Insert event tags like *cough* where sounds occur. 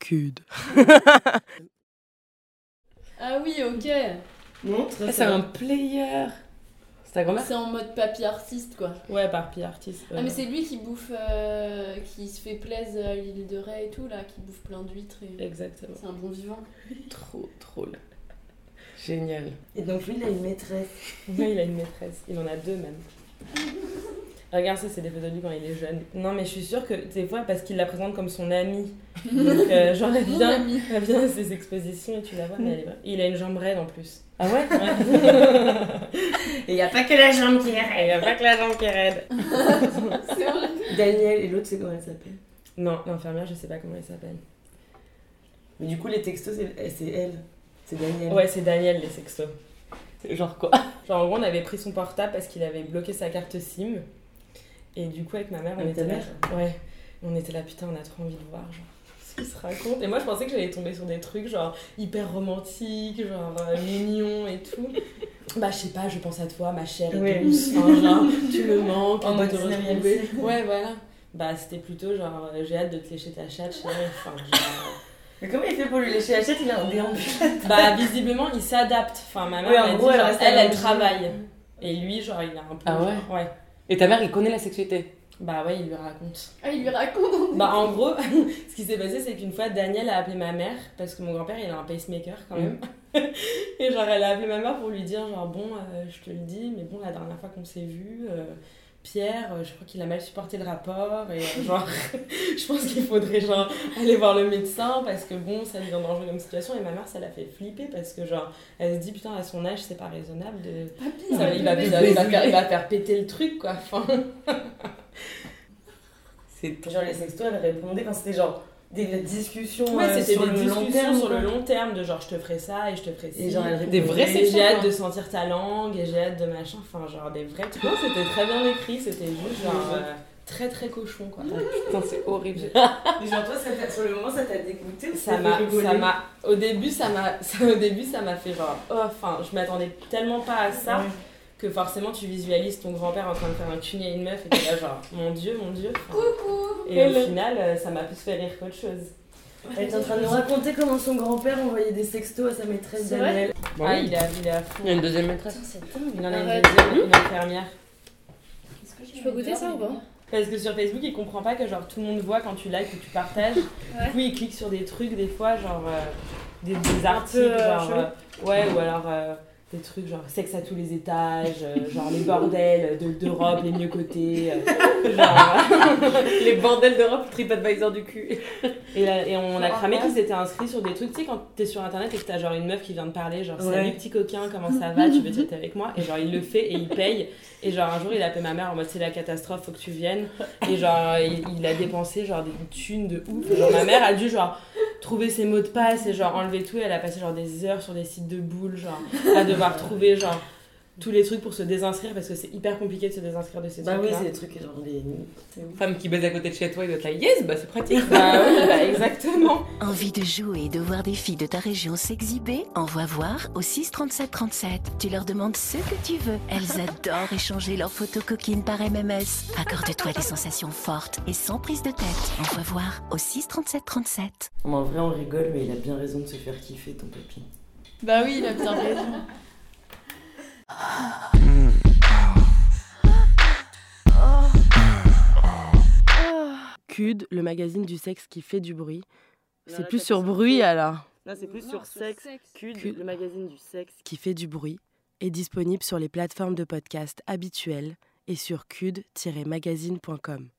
Cud. Ah oui, ok. Montre. Ah, c'est un player. C'est ta grand-mère C'est en mode papy artiste, quoi. Ouais, par pire artiste. Ah, mais c'est lui qui bouffe, euh, qui se fait plaisir à l'île de Ré et tout, là, qui bouffe plein d'huîtres. Et... Exactement. C'est un bon vivant. Trop drôle. Génial. Et donc lui, il a une maîtresse. Ouais, il a une maîtresse. Il en a deux même. Regarde ça, c'est des photos de lui quand il est jeune. Non, mais je suis sûre que des fois, parce qu'il la présente comme son ami. Donc, euh, genre, elle Mon vient, ami. elle vient à ses expositions et tu la vois, mais elle est vraie. Et il a une jambe raide en plus. Ah ouais, Ouais. *laughs* Et il n'y a pas que la jambe qui est raide. Il n'y a pas que la jambe qui est raide. C'est vrai. Daniel, et l'autre, c'est comment elle s'appelle Non, l'infirmière, je sais pas comment elle s'appelle. Mais du coup, les textos, c'est eh, c'est elle. C'est Daniel. Ouais, c'est Daniel, les sextos. Genre quoi *laughs* Genre, en gros, on avait pris son portable parce qu'il avait bloqué sa carte SIM. Et du coup, avec ma mère, on Avec ta était là. Ouais. On était là, putain, on a trop envie de voir, genre. ce qu'il se raconte et moi je pensais que j'allais tomber sur des trucs genre hyper romantiques genre *laughs* euh, mignons et tout bah je sais pas je pense à toi ma chère et Oui. douce Enfin, genre, tu me manques En de mode te 19e retrouver. ouais voilà bah c'était plutôt genre euh, j'ai hâte de te lécher ta chatte chérie. enfin genre Mais comment il fait pour lui lécher la chatte Il a un déambulateur. *laughs* bah visiblement il s'adapte. Enfin ma mère Oui, en elle, a gros, dit, elle genre, reste à elle, elle l'origine. travaille. Et lui genre il a un peu Ah ouais genre, ouais. Et ta mère, il connaît la sexualité. Bah ouais, il lui raconte. Ah, il lui raconte. Bah en gros, *laughs* ce qui s'est passé c'est qu'une fois Daniel a appelé ma mère parce que mon grand-père il a un pacemaker quand même. *laughs* Et genre elle a appelé ma mère pour lui dire genre bon, euh, je te le dis mais bon la dernière fois qu'on s'est vu euh, Pierre, euh, je crois qu'il a mal supporté le rapport et euh, genre *laughs* je pense qu'il faudrait genre aller voir le médecin parce que bon ça devient dangereux comme situation et ma mère ça l'a fait flipper parce que genre elle se dit putain à son âge c'est pas raisonnable de Papy, Ça va- un il, va, bébé. il va- il va faire, il va faire péter le truc quoi. Enfin, C'est Genre, les sextos, elle répondait quand c'était genre des discussions ouais, euh, c'était sur des le long discussions terme. sur le quoi. long terme de genre je te ferai ça et je te ferai ci. Et genre, elle répondait. Des vrais Et j'ai sextos, hâte quoi. de sentir ta langue et j'ai hâte de machin. Enfin, genre des vrais trucs. Non, C'était très bien écrit, c'était juste genre euh, très très cochon quoi. *laughs* Putain, c'est horrible. Et genre, toi, ça t'a- sur le moment, ça t'a dégoûté ou Ça t'a m'a, fait rigoler ça m'a, au début ça m'a, *laughs* ça- au début ça m'a fait genre, oh, enfin, je m'attendais tellement pas à ça. Ouais. Que forcément tu visualises ton grand-père en train de faire un cunier à une meuf et t'es là genre mon dieu, mon dieu. Enfin, Coucou. Et au final euh, ça m'a plus fait rire qu'autre chose. Elle était en train de nous raconter comment son grand-père envoyait des sextos à sa maîtresse C'est Daniel. Bon, ah, Bah oui. il est à- il est à fond. Il y a une deuxième maîtresse. c'est Il en a une Arrête. deuxième, une infirmière. Est-ce que peux goûter ça ou pas Parce que sur Facebook, il comprend pas que genre tout le monde voit quand tu likes ou tu partages. Du coup, il clique sur des trucs des fois, genre euh, des, des articles, peu, euh, genre euh, ouais, ou alors euh, des trucs genre sexe à tous les étages, euh, genre les bordels de- d'Europe, les mieux cotés, euh, genre, *laughs* Les bordels d'Europe, TripAdvisor du cul. et, là- et on a Ah, cramé ouais. qu'ils étaient inscrits sur des trucs, tu sais, quand t'es sur internet et que t'as genre une meuf qui vient de parler, genre Ouais. salut petit coquin, comment ça va, tu veux traiter avec moi, et genre il le fait et il paye, et genre un jour il a appelé ma mère en mode c'est la catastrophe, faut que tu viennes, et genre il, il a dépensé genre des thunes de ouf, Et genre ma mère a dû genre trouver ses mots de passe et genre enlever tout, et elle a passé genre des heures sur des sites de boules, genre à devoir trouver genre tous les trucs pour se désinscrire parce que c'est hyper compliqué de se désinscrire de ces Bah oui, trucs-là. c'est des trucs genre les. C'est ouf. Femme qui baise à côté de chez toi, il doit être là. Yes, bah c'est pratique. Bah oui, bah exactement. Envie de jouer et de voir des filles de ta région s'exhiber Envoie voir au 6 37 37. Tu leur demandes ce que tu veux. Elles adorent échanger leurs photos coquines par MMS. Accorde-toi des sensations fortes et sans prise de tête. Envoie voir au 6 37 37. Mais en vrai, on rigole, mais il a bien raison de se faire kiffer, ton papy. Bah oui, il a bien raison. Cud, le magazine du sexe qui fait du bruit. Non, C'est là, plus t'as sur fait bruit sur- alors. Non, c'est plus Non, sur sur sexe, sexe. Cul, Cul. le magazine du sexe. qui fait du bruit est disponible sur les plateformes de podcast habituelles et sur cud-magazine.com.